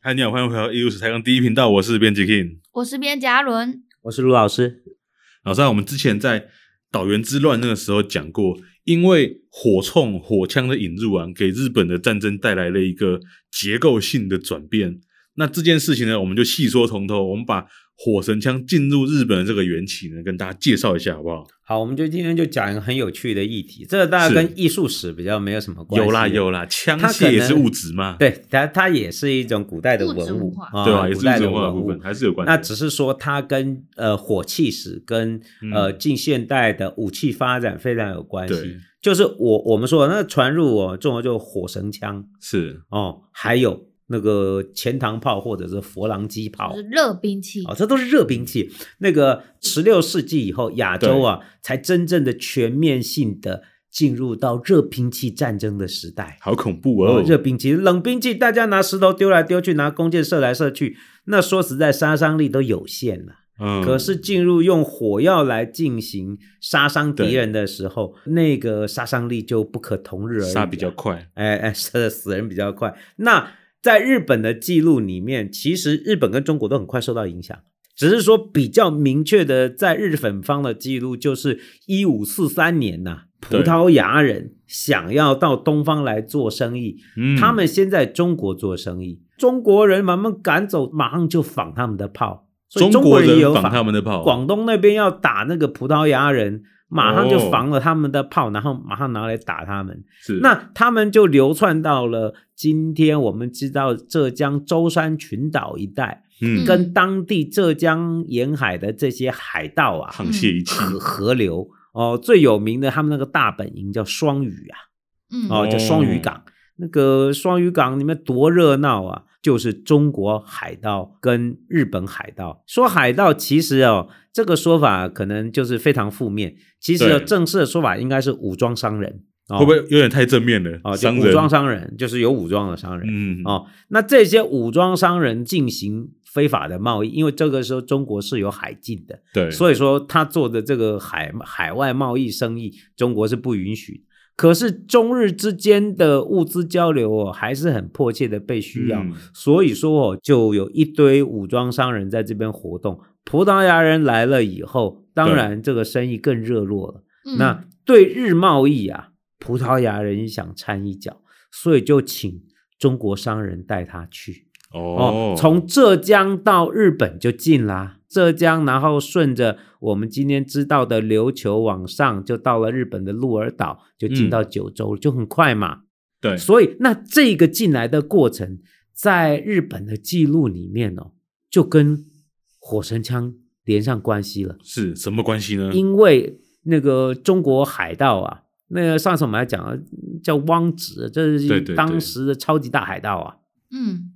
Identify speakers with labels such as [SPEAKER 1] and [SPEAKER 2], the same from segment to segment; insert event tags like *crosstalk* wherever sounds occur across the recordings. [SPEAKER 1] 嗨，你好，欢迎回到 E 一五十台杠第一频道，我是编辑 King。
[SPEAKER 2] 我是边嘉伦，
[SPEAKER 3] 我是卢老师。
[SPEAKER 1] 老师啊，我们之前在岛原之乱那个时候讲过，因为火铳、火枪的引入啊，给日本的战争带来了一个结构性的转变。那这件事情呢，我们就细说从头，我们把火神枪进入日本的这个缘起呢，跟大家介绍一下，好不好？
[SPEAKER 3] 好，我们就今天就讲一个很有趣的议题，这个大概
[SPEAKER 1] 是
[SPEAKER 3] 跟艺术史比较没有什么关系。
[SPEAKER 1] 有啦有啦，枪
[SPEAKER 3] 它可
[SPEAKER 1] 械
[SPEAKER 3] 能
[SPEAKER 1] 也是物质嘛，
[SPEAKER 3] 对它它也是一种古代的
[SPEAKER 2] 物质
[SPEAKER 3] 文
[SPEAKER 2] 文
[SPEAKER 3] 物
[SPEAKER 2] 化，
[SPEAKER 3] 啊
[SPEAKER 1] 对吧？也是
[SPEAKER 3] 古
[SPEAKER 1] 物
[SPEAKER 3] 代
[SPEAKER 1] 质
[SPEAKER 3] 的
[SPEAKER 1] 文化的部
[SPEAKER 3] 物
[SPEAKER 1] 分，。还是有关系。
[SPEAKER 3] 那只是说它跟呃火器史跟呃
[SPEAKER 1] 嗯
[SPEAKER 3] 近现代的武器发展非常有关系
[SPEAKER 1] 对。
[SPEAKER 3] 就是我我们说的那个传入哦，中国就火绳枪
[SPEAKER 1] 是
[SPEAKER 3] 哦，还有那个钱塘炮或者是佛郎机炮
[SPEAKER 2] 就。是热兵器，
[SPEAKER 3] 哦，这都是热兵器。那个十六世纪以后，亚洲啊，才真正的全面性的进入到热兵器战争的时代。
[SPEAKER 1] 好恐怖
[SPEAKER 3] 哦
[SPEAKER 1] 哦，，
[SPEAKER 3] 热兵器、冷兵器，大家拿石头丢来丢去，拿弓箭射来射去，那说实在，杀伤力都有限了、
[SPEAKER 1] 嗯，
[SPEAKER 3] 可是进入用火药来进行杀伤敌人的时候，那个杀伤力就不可同日而语、
[SPEAKER 1] 杀比较，快，
[SPEAKER 3] 哎哎，射的死人比较快。那在日本的记录里面，其实日本跟中国都很快受到影响，只是说比较明确的，在日本方的记录就是一五四三年呐、葡
[SPEAKER 1] 对
[SPEAKER 3] 萄牙人想要到东方来做生意，
[SPEAKER 1] 嗯，
[SPEAKER 3] 他们先在中国做生意，中国人把他们赶走，马上就仿他们的炮，所以
[SPEAKER 1] 中
[SPEAKER 3] 中
[SPEAKER 1] 国
[SPEAKER 3] 人也有
[SPEAKER 1] 人仿他们的炮，
[SPEAKER 3] 广东那边要打那个葡萄牙人，马上就
[SPEAKER 1] 哦
[SPEAKER 3] 仿了他们的炮，然后马上拿来打他们。
[SPEAKER 1] 是
[SPEAKER 3] 那他们就流窜到了今天我们知道浙江舟山群岛一带，
[SPEAKER 1] 嗯，
[SPEAKER 3] 跟当地浙江沿海的这些海盗啊、
[SPEAKER 1] 沆瀣一气，
[SPEAKER 3] 河河流哦，最有名的他们那个大本营叫双屿啊。
[SPEAKER 2] 嗯，
[SPEAKER 3] 哦，叫双屿港。那个双屿港里面多热闹啊！就是中国海盗跟日本海盗。说海盗，其实哦，这个说法可能就是非常负面。其实、哦、
[SPEAKER 1] 对
[SPEAKER 3] 正式的说法应该是武装商人，哦、
[SPEAKER 1] 会不会有点太正面了？
[SPEAKER 3] 哦，就
[SPEAKER 1] 商
[SPEAKER 3] 武
[SPEAKER 1] 人，
[SPEAKER 3] 装商人，就是有武装的商人。
[SPEAKER 1] 嗯，
[SPEAKER 3] 哦，那这些武装商人进行非法的贸易，因为这个时候中国是有海禁的，
[SPEAKER 1] 对，
[SPEAKER 3] 所以说他做的这个海海外贸易生意，中国是不允许。可是中日之间的物资交流哦，还是很迫切的被需要，
[SPEAKER 1] 嗯
[SPEAKER 3] 所以说哦，就有一堆武装商人在这边活动。葡萄牙人来了以后，当然这个生意更热络了。
[SPEAKER 2] 嗯
[SPEAKER 3] 那对日贸易啊，葡萄牙人想掺一脚，所以就请中国商人带他去。
[SPEAKER 1] 哦
[SPEAKER 3] 哦，，从浙江到日本就近啦，浙江，然后顺着我们今天知道的琉球往上，就到了日本的鹿儿岛，就进到九州，就很快嘛。
[SPEAKER 1] 嗯对，
[SPEAKER 3] 所以，那这个进来的过程，在日本的记录里面哦，就跟火神枪连上关系了，
[SPEAKER 1] 是什么关系呢？
[SPEAKER 3] 因为那个中国海盗啊。那个上次我们还讲了，叫汪直，这
[SPEAKER 1] 对
[SPEAKER 3] 是
[SPEAKER 1] 对对
[SPEAKER 3] 当时的超级大海盗啊。
[SPEAKER 2] 嗯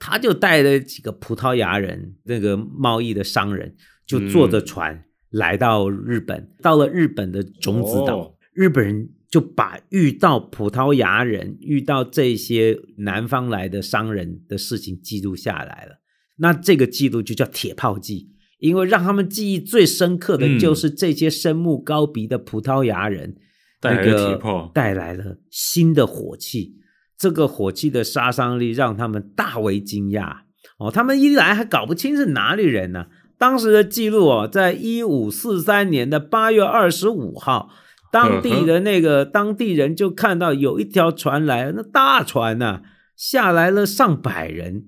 [SPEAKER 3] 他就带了几个葡萄牙人那个贸易的商人，就坐
[SPEAKER 1] 嗯
[SPEAKER 3] 着船来到日本，到了日本的种子岛，
[SPEAKER 1] 哦
[SPEAKER 3] 日本人就把遇到葡萄牙人、遇到这些南方来的商人的事情记录下来了。那这个记录就叫铁炮记，因为让他们记忆最深刻的
[SPEAKER 1] 嗯
[SPEAKER 3] 就是这些深目高鼻的葡萄牙人、
[SPEAKER 1] 带来
[SPEAKER 3] 那
[SPEAKER 1] 了
[SPEAKER 3] 个
[SPEAKER 1] 铁炮
[SPEAKER 3] 带来了新的火器。这个火器的杀伤力让他们大为惊讶哦，他们一来还搞不清是哪里人呢、当时的记录哦，在一五四三年的八月二十五号，当地的那
[SPEAKER 1] 嗯
[SPEAKER 3] 个当地人就看到有一条船来，那大船呐、下来了上百人，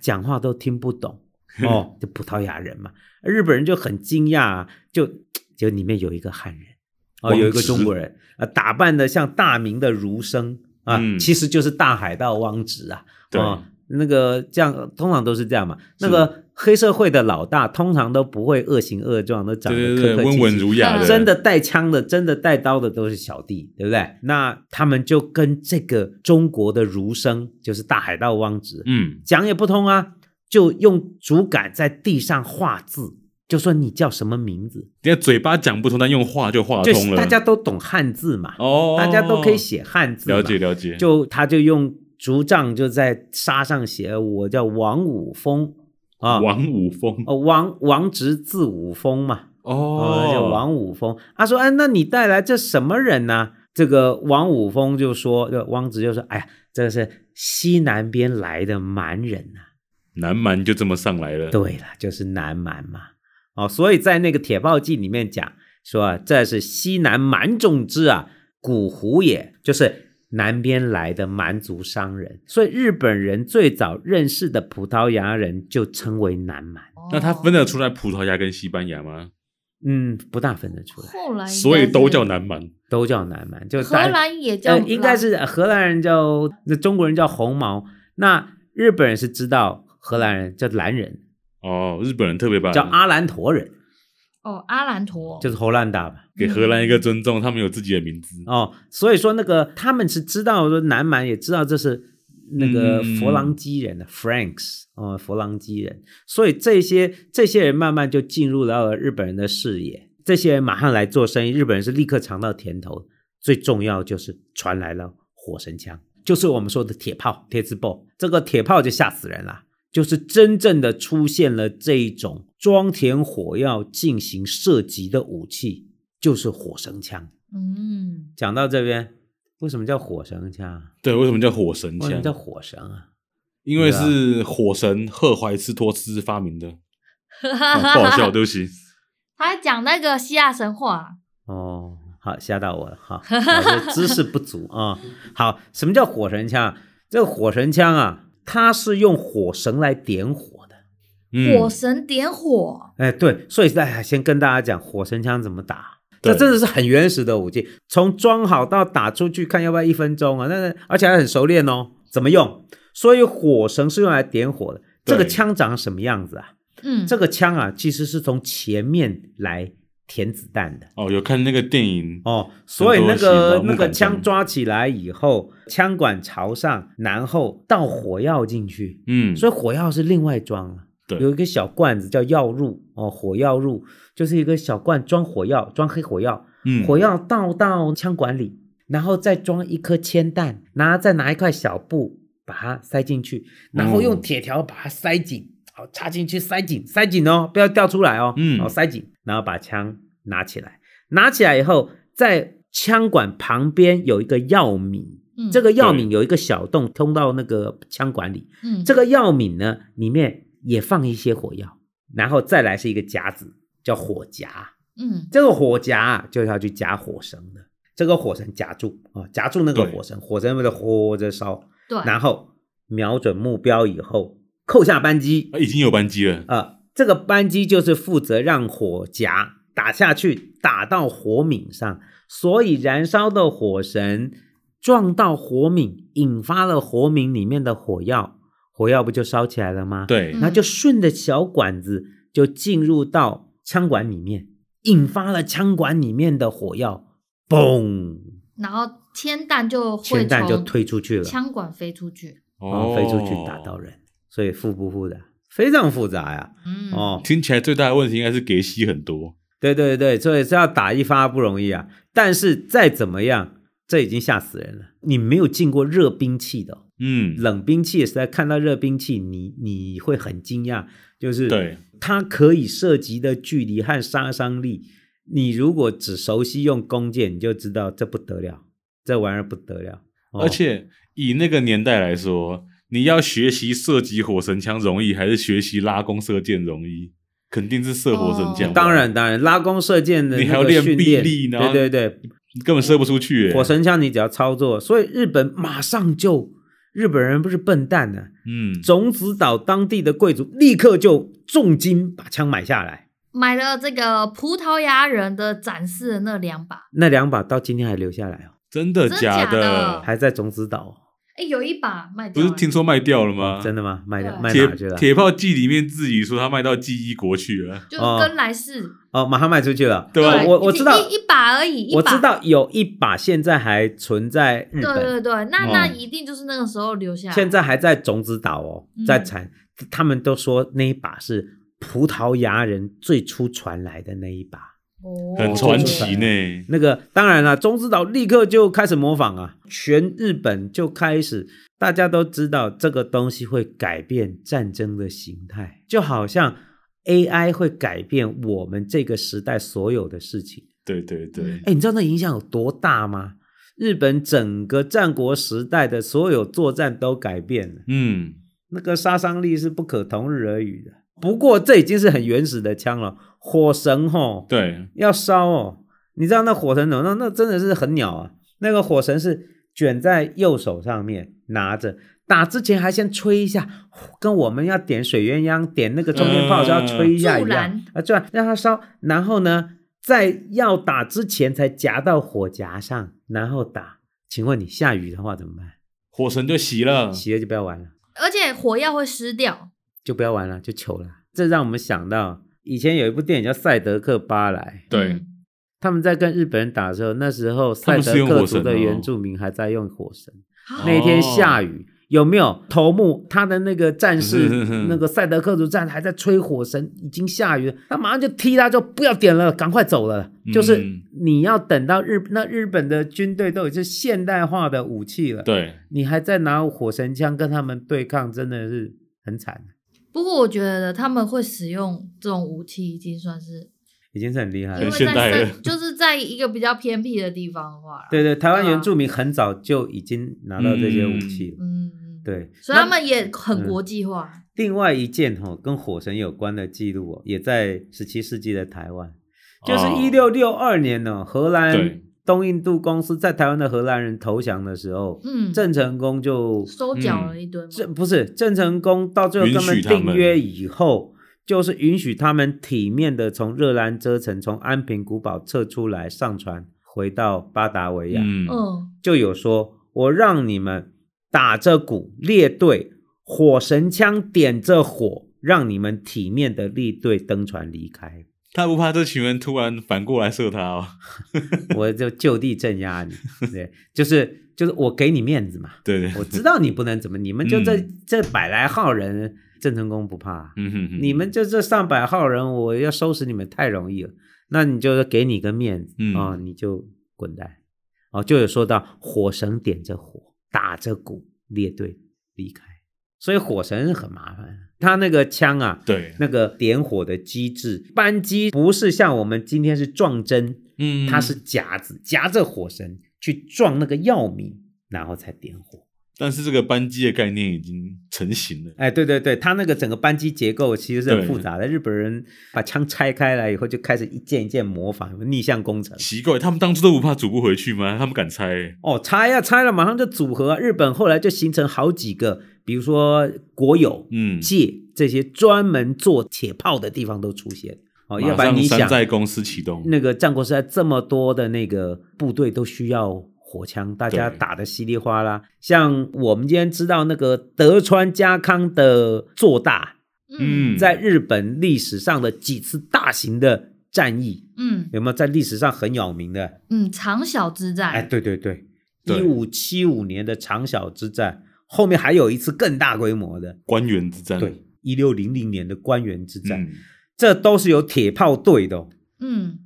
[SPEAKER 3] 讲话都听不懂
[SPEAKER 1] *laughs*
[SPEAKER 3] 哦，就葡萄牙人嘛，日本人就很惊讶、啊，就就里面有一个汉人。哦，
[SPEAKER 1] 汪
[SPEAKER 3] 有一个
[SPEAKER 1] 直
[SPEAKER 3] 中国人啊、打扮的像大明的儒生啊，
[SPEAKER 1] 嗯
[SPEAKER 3] 其实就是大海盗汪直啊。
[SPEAKER 1] 对
[SPEAKER 3] 哦，那个这样通常都是这样嘛。那个黑社会的老大通常都不会恶行恶状，都长
[SPEAKER 1] 对
[SPEAKER 3] 得
[SPEAKER 1] 对
[SPEAKER 3] 客
[SPEAKER 1] 对，
[SPEAKER 3] 客气气。
[SPEAKER 1] 温文儒雅的，
[SPEAKER 3] 真的带枪的、真的带刀的都是小弟，对不对？那他们就跟这个中国的儒生，就是大海盗汪直，
[SPEAKER 1] 嗯，
[SPEAKER 3] 讲也不通啊，就用竹竿在地上画字，就说你叫什么名字，
[SPEAKER 1] 人家嘴巴讲不通，但用话就话
[SPEAKER 3] 就
[SPEAKER 1] 通了，
[SPEAKER 3] 大家都懂汉字嘛。
[SPEAKER 1] 哦，
[SPEAKER 3] 大家都可以写汉字嘛，
[SPEAKER 1] 了解了解，
[SPEAKER 3] 就他就用竹杖就在沙上写我叫王五峰啊，
[SPEAKER 1] 王五峰
[SPEAKER 3] 哦王王直字五峰嘛，哦，那叫
[SPEAKER 1] 哦，
[SPEAKER 3] 王五峰。他说，哎，那你带来这什么人呢、这个王五峰就说，这个汪直就说，哎呀，这是西南边来的蛮人呐、
[SPEAKER 1] 南蛮就这么上来了。
[SPEAKER 3] 对了，就是南蛮嘛。哦，所以在那个《铁报记》里面讲说啊，这是西南蛮种之啊，古胡也，就是南边来的蛮族商人。所以日本人最早认识的葡萄牙人就称为南蛮。
[SPEAKER 1] 那他分得
[SPEAKER 2] 哦
[SPEAKER 1] 出来葡萄牙跟西班牙吗？
[SPEAKER 3] 嗯，不大分得出来，
[SPEAKER 2] 后来啊应该是，
[SPEAKER 1] 所以都叫南蛮。
[SPEAKER 3] 都叫南蛮，就
[SPEAKER 2] 荷
[SPEAKER 3] 大
[SPEAKER 2] 兰也叫
[SPEAKER 3] 呃，应该是荷兰人叫那中国人叫红毛，那日本人是知道荷兰人叫蓝人，
[SPEAKER 1] 哦，日本人特别把
[SPEAKER 3] 叫阿兰陀人，
[SPEAKER 2] 哦阿兰陀，
[SPEAKER 3] 就是荷兰达嘛。
[SPEAKER 1] 给荷兰一个尊重，他们有自己的名字。
[SPEAKER 3] 哦，所以说那个他们是知道说南蛮也知道这是那个
[SPEAKER 1] 嗯
[SPEAKER 3] 佛朗基人的、Franks 哦，佛朗基人，所以这些这些人慢慢就进入到了日本人的视野，这些人马上来做生意，日本人是立刻尝到甜头，最重要就是传来了火神枪，就是我们说的铁炮铁子炮，这个铁炮就吓死人了。就是真正的出现了这一种装填火药进行射击的武器，就是火绳枪。 *laughs*
[SPEAKER 2] 嗯，
[SPEAKER 3] 讲到这边，为什么叫火神枪啊？
[SPEAKER 1] 对，为什么叫火神
[SPEAKER 3] 为什么
[SPEAKER 1] 枪？
[SPEAKER 3] 哦叫啊火神啊？
[SPEAKER 1] 因为是火神赫怀斯托斯发明的，
[SPEAKER 3] 哦
[SPEAKER 2] 不
[SPEAKER 1] 啊不好笑，对不起。
[SPEAKER 2] *laughs* 他讲那个希腊神话，
[SPEAKER 3] 哦，好，吓到我了，好，我的知识不足啊、好，什么叫火神枪啊？这个火神枪啊，它是用火绳来点火的。
[SPEAKER 1] 嗯，
[SPEAKER 2] 火神点火，
[SPEAKER 3] 哎，对，所以哎，先跟大家讲火神枪怎么打。
[SPEAKER 1] 对
[SPEAKER 3] 这真的是很原始的武器，从装好到打出去，看要不要一分钟啊？那而且还很熟练哦，怎么用？所以火绳是用来点火的。这个
[SPEAKER 1] 对
[SPEAKER 3] 枪长什么样子啊？
[SPEAKER 2] 嗯，
[SPEAKER 3] 这个枪啊，其实是从前面来填子弹的
[SPEAKER 1] 哦，有看那个电影，
[SPEAKER 3] 哦，所以那个
[SPEAKER 1] 很多喜欢
[SPEAKER 3] 那
[SPEAKER 1] 木
[SPEAKER 3] 个
[SPEAKER 1] 杆枪
[SPEAKER 3] 枪抓起来以后，枪管朝上，然后倒火药进去，
[SPEAKER 1] 嗯，
[SPEAKER 3] 所以火药是另外装了。
[SPEAKER 1] 对
[SPEAKER 3] 有一个小罐子叫药入哦，火药入就是一个小罐装火药，装黑火药，
[SPEAKER 1] 嗯，
[SPEAKER 3] 火药倒到枪管里，然后再装一颗铅弹，然后再拿一块小布把它塞进去，然后用铁条把它塞紧，好插进去塞紧，塞紧哦，不要掉出来哦，
[SPEAKER 1] 嗯
[SPEAKER 3] 好塞紧，然后把枪拿起来，拿起来以后，在枪管旁边有一个药皿，
[SPEAKER 2] 嗯
[SPEAKER 3] 这个药皿有一个小洞通到那个枪管里，
[SPEAKER 2] 嗯
[SPEAKER 3] 这个药皿呢里面也放一些火药，然后再来是一个夹子，叫火夹。
[SPEAKER 2] 嗯
[SPEAKER 3] 这个火夹啊，就是要去夹火绳的，这个火绳夹住啊，夹住那个
[SPEAKER 1] 对
[SPEAKER 3] 火绳，火绳不是活着烧，
[SPEAKER 2] 对，
[SPEAKER 3] 然后瞄准目标以后扣下扳机，
[SPEAKER 1] 啊已经有扳机了，
[SPEAKER 3] 呃，这个扳机就是负责让火夹打下去，打到火皿上，所以燃烧的火绳撞到火皿，引发了火皿里面的火药，火药不就烧起来了吗？
[SPEAKER 1] 对
[SPEAKER 2] 嗯
[SPEAKER 3] 然后就顺着小管子就进入到枪管里面，引发了枪管里面的火药，嘣，
[SPEAKER 2] 然后铅弹就会
[SPEAKER 3] 铅弹就
[SPEAKER 2] 从
[SPEAKER 3] 推出去了，
[SPEAKER 2] 枪管飞出去，
[SPEAKER 3] 然
[SPEAKER 1] 哦
[SPEAKER 3] 后哦飞出去打到。人，所以复不复杂，非常复杂呀、
[SPEAKER 2] 嗯
[SPEAKER 3] 哦，
[SPEAKER 1] 听起来最大的问题应该是给息很多，
[SPEAKER 3] 对对对，所以是要打一发不容易啊。但是再怎么样，这已经吓死人了。你没有进过热兵器的哦、
[SPEAKER 1] 嗯，
[SPEAKER 3] 冷兵器，实在看到热兵器，你你会很惊讶，就是
[SPEAKER 1] 对
[SPEAKER 3] 它可以涉及的距离和杀伤力。你如果只熟悉用弓箭，你就知道这不得了，这玩意儿不得了。哦
[SPEAKER 1] 而且以那个年代来说，你要学习射击火神枪容易，还是学习拉弓射箭容易？肯定是射火神
[SPEAKER 2] 哦
[SPEAKER 1] 枪。
[SPEAKER 3] 当，然当然，拉弓射箭的
[SPEAKER 1] 你还
[SPEAKER 3] 那
[SPEAKER 1] 要
[SPEAKER 3] 个
[SPEAKER 1] 练
[SPEAKER 3] 训
[SPEAKER 1] 臂
[SPEAKER 3] 练，
[SPEAKER 1] 力然后
[SPEAKER 3] 对对对，
[SPEAKER 1] 你根本射不出去、欸。
[SPEAKER 3] 火，神枪你只要操作，所以日本马上就日本人不是笨蛋呢、
[SPEAKER 1] 嗯，
[SPEAKER 3] 种子岛当地的贵族立刻就重金把枪买下来，
[SPEAKER 2] 买了这个葡萄牙人的展示的那两把，
[SPEAKER 3] 那两把到今天还留下来哦，
[SPEAKER 1] 真的
[SPEAKER 2] 真
[SPEAKER 1] 假
[SPEAKER 2] 假的
[SPEAKER 3] 还在种子岛哦、
[SPEAKER 2] 哎，有一把卖掉
[SPEAKER 1] 不是
[SPEAKER 2] 了，
[SPEAKER 1] 听说卖掉了吗？
[SPEAKER 3] 真的吗？卖掉
[SPEAKER 2] 对
[SPEAKER 3] 卖
[SPEAKER 1] 铁
[SPEAKER 3] 哪去了？
[SPEAKER 1] 铁炮记里面自己说他卖到记忆国去了，
[SPEAKER 2] 就
[SPEAKER 3] 哦
[SPEAKER 2] 跟来世，
[SPEAKER 3] 哦，马上卖出去了。
[SPEAKER 1] 对吧？
[SPEAKER 3] 我我知道
[SPEAKER 2] 一一把而已，一
[SPEAKER 3] 我
[SPEAKER 2] 把
[SPEAKER 3] 知，道有一把现在还存在日
[SPEAKER 2] 对对
[SPEAKER 3] 本，
[SPEAKER 2] 对，那那
[SPEAKER 1] 嗯
[SPEAKER 2] 一定就是那个时候留下来，
[SPEAKER 3] 现在还在种子岛哦，
[SPEAKER 2] 嗯
[SPEAKER 3] 在产。他们都说那一把是葡萄牙人最初传来的那一把。
[SPEAKER 2] 哦
[SPEAKER 1] 很传奇呢。
[SPEAKER 3] 那个当然了，中之岛立刻就开始模仿啊，全日本就开始，大家都知道这个东西会改变战争的形态，就好像 AI 会改变我们这个时代所有的事情。
[SPEAKER 1] 对对对
[SPEAKER 2] 嗯，
[SPEAKER 3] 哎，你知道那影响有多大吗？日本整个战国时代的所有作战都改变了，
[SPEAKER 1] 嗯，
[SPEAKER 3] 那个杀伤力是不可同日而语的。不过这已经是很原始的枪了，火神吼，
[SPEAKER 1] 对，
[SPEAKER 3] 要烧哦，你知道那火神怎么弄？那真的是很鸟啊！那个火神是卷在右手上面拿着，打之前还先吹一下，呼跟我们要点水鸳鸯、点那个冲天炮是要吹一下一
[SPEAKER 2] 助
[SPEAKER 3] 样
[SPEAKER 2] 燃
[SPEAKER 3] 啊，这样让它烧。然后呢，在要打之前才夹到火夹上，然后打。请问你下雨的话怎么办？
[SPEAKER 1] 火神就熄了。
[SPEAKER 3] 洗了就不要玩了。
[SPEAKER 2] 而且火药会湿掉。
[SPEAKER 3] 就不要玩了，就糗了。这让我们想到以前有一部电影叫《赛德克巴莱》，
[SPEAKER 1] 对，
[SPEAKER 2] 嗯
[SPEAKER 3] 他们在跟日本人打的时候，那时
[SPEAKER 1] 他
[SPEAKER 3] 候赛
[SPEAKER 1] 们
[SPEAKER 3] 德
[SPEAKER 1] 是用
[SPEAKER 3] 克
[SPEAKER 1] 火
[SPEAKER 3] 族的
[SPEAKER 1] 神哦，
[SPEAKER 3] 原住民还在用火神。
[SPEAKER 2] 啊
[SPEAKER 3] 那天下雨，有没有头目？他的那个战士那个赛德克族战士还在吹火神，已经下雨了，他马上就踢他，就不要点了，赶快走了。
[SPEAKER 1] 嗯
[SPEAKER 3] 就是你要等到日那日本的军队都已经是现代化的武器了，
[SPEAKER 1] 对，
[SPEAKER 3] 你还在拿火神枪跟他们对抗，真的是很惨，
[SPEAKER 2] 不过我觉得他们会使用这种武器，已经算是
[SPEAKER 3] 已经是很厉
[SPEAKER 2] 因
[SPEAKER 3] 害了。
[SPEAKER 2] 为
[SPEAKER 1] 很现代
[SPEAKER 2] 在
[SPEAKER 1] 了
[SPEAKER 2] 山就是在一个比较偏僻的地方的话啦，
[SPEAKER 3] 对对，台湾
[SPEAKER 2] 对啊
[SPEAKER 3] 原住民很早就已经拿到这些武器了。
[SPEAKER 2] 嗯，嗯，
[SPEAKER 3] 对，
[SPEAKER 2] 所以他
[SPEAKER 3] 那
[SPEAKER 2] 们也很国际化。
[SPEAKER 3] 另外一件哈、哦、跟火神有关的记录哦，也在十七世纪的台湾，就是
[SPEAKER 1] 哦
[SPEAKER 3] 一六六二年呢、哦，荷兰
[SPEAKER 1] 对
[SPEAKER 3] 东印度公司在台湾的荷兰人投降的时候，
[SPEAKER 2] 嗯，
[SPEAKER 3] 郑成功就
[SPEAKER 2] 收缴了一堆嘛，
[SPEAKER 3] 这不是郑成功到最后跟他们
[SPEAKER 1] 允许他们
[SPEAKER 3] 订约以后，就是允许他们体面的从热兰遮城、从安平古堡撤出来，上船回到巴达维亚。
[SPEAKER 1] 嗯，
[SPEAKER 2] 嗯，
[SPEAKER 3] 就有说：“我让你们打着鼓列队，火神枪点着火，让你们体面的列队登船离开。
[SPEAKER 1] 他不怕这群人突然反过来射他哦。 *laughs*
[SPEAKER 3] 我就就地镇压你。对，就是就是我给你面子嘛，
[SPEAKER 1] 对对，
[SPEAKER 3] 我知道你不能怎么，你们就这、
[SPEAKER 1] 嗯
[SPEAKER 3] 这百来号人，郑成功不怕，啊
[SPEAKER 1] 嗯哼哼，
[SPEAKER 3] 你们就这上百号人，我要收拾你们太容易了。那你就是给你个面子啊、
[SPEAKER 1] 嗯
[SPEAKER 3] 哦你就滚蛋。哦，就有说到火神点着火，打着鼓，列队离开。所以火神是很麻烦的，他那个枪啊，
[SPEAKER 1] 对，
[SPEAKER 3] 那个点火的机制，扳机不是像我们今天是撞针，
[SPEAKER 1] 嗯，
[SPEAKER 3] 它是，夹子夹着火神去撞那个药米，然后才点火。
[SPEAKER 1] 但是这个扳机的概念已经成型了。
[SPEAKER 3] 哎，对对对，它那个整个扳机结构其实是很
[SPEAKER 1] 对
[SPEAKER 3] 复杂的。日本人把枪拆开来以后，就开始一件一件模仿逆向工程。
[SPEAKER 1] 奇怪，他们当初都不怕组不回去吗？他们敢拆、欸？
[SPEAKER 3] 哦，拆呀、拆了，马上就组合、啊。日本后来就形成好几个，比如说国有、
[SPEAKER 1] 嗯，
[SPEAKER 3] 界这些专门做铁炮的地方都出现。哦，要不然
[SPEAKER 1] 马
[SPEAKER 3] 你
[SPEAKER 1] 上
[SPEAKER 3] 想
[SPEAKER 1] 山，寨公司启动，
[SPEAKER 3] 那个战国时代这么多的那个部队都需要火枪，大家
[SPEAKER 1] 对
[SPEAKER 3] 打得稀里哗啦。像我们今天知道那个德川家康的做大，
[SPEAKER 2] 嗯
[SPEAKER 1] 嗯，
[SPEAKER 3] 在日本历史上的几次大型的战役，
[SPEAKER 2] 嗯
[SPEAKER 3] 有没有在历史上很有名的？
[SPEAKER 2] 嗯，长筱之战，
[SPEAKER 3] 哎，对对对，
[SPEAKER 1] 对
[SPEAKER 3] 一五七五年的长筱之战，后面还有一次更大规模的，
[SPEAKER 1] 官员之战，
[SPEAKER 3] 对，一六零零年的官员之战，
[SPEAKER 1] 嗯，
[SPEAKER 3] 这都是有铁炮队的哦。
[SPEAKER 2] 嗯，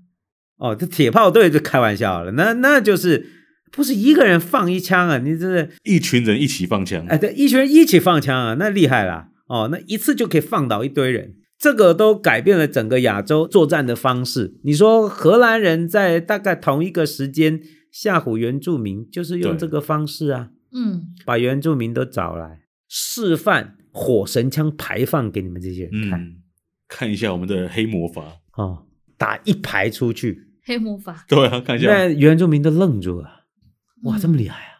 [SPEAKER 3] 哦，这铁炮队就开玩笑了，那那就是不是一个人放一枪啊？你这是
[SPEAKER 1] 一群人一起放枪，
[SPEAKER 3] 哎，对，一群人一起放枪啊，那厉害啦！哦，那一次就可以放倒一堆人，这个都改变了整个亚洲作战的方式。你说荷兰人在大概同一个时间吓唬原住民，就是用
[SPEAKER 1] 对
[SPEAKER 3] 这个方式啊，
[SPEAKER 2] 嗯，
[SPEAKER 3] 把原住民都找来示范火神枪排放给你们这些人看、
[SPEAKER 1] 嗯，看一下我们的黑魔法， *laughs*
[SPEAKER 3] 哦，打一排出去，
[SPEAKER 2] 黑魔法，
[SPEAKER 1] 对啊，看一
[SPEAKER 3] 那
[SPEAKER 1] 下，
[SPEAKER 3] 原住民都愣住了，哇，
[SPEAKER 2] 嗯
[SPEAKER 3] 这么厉害啊！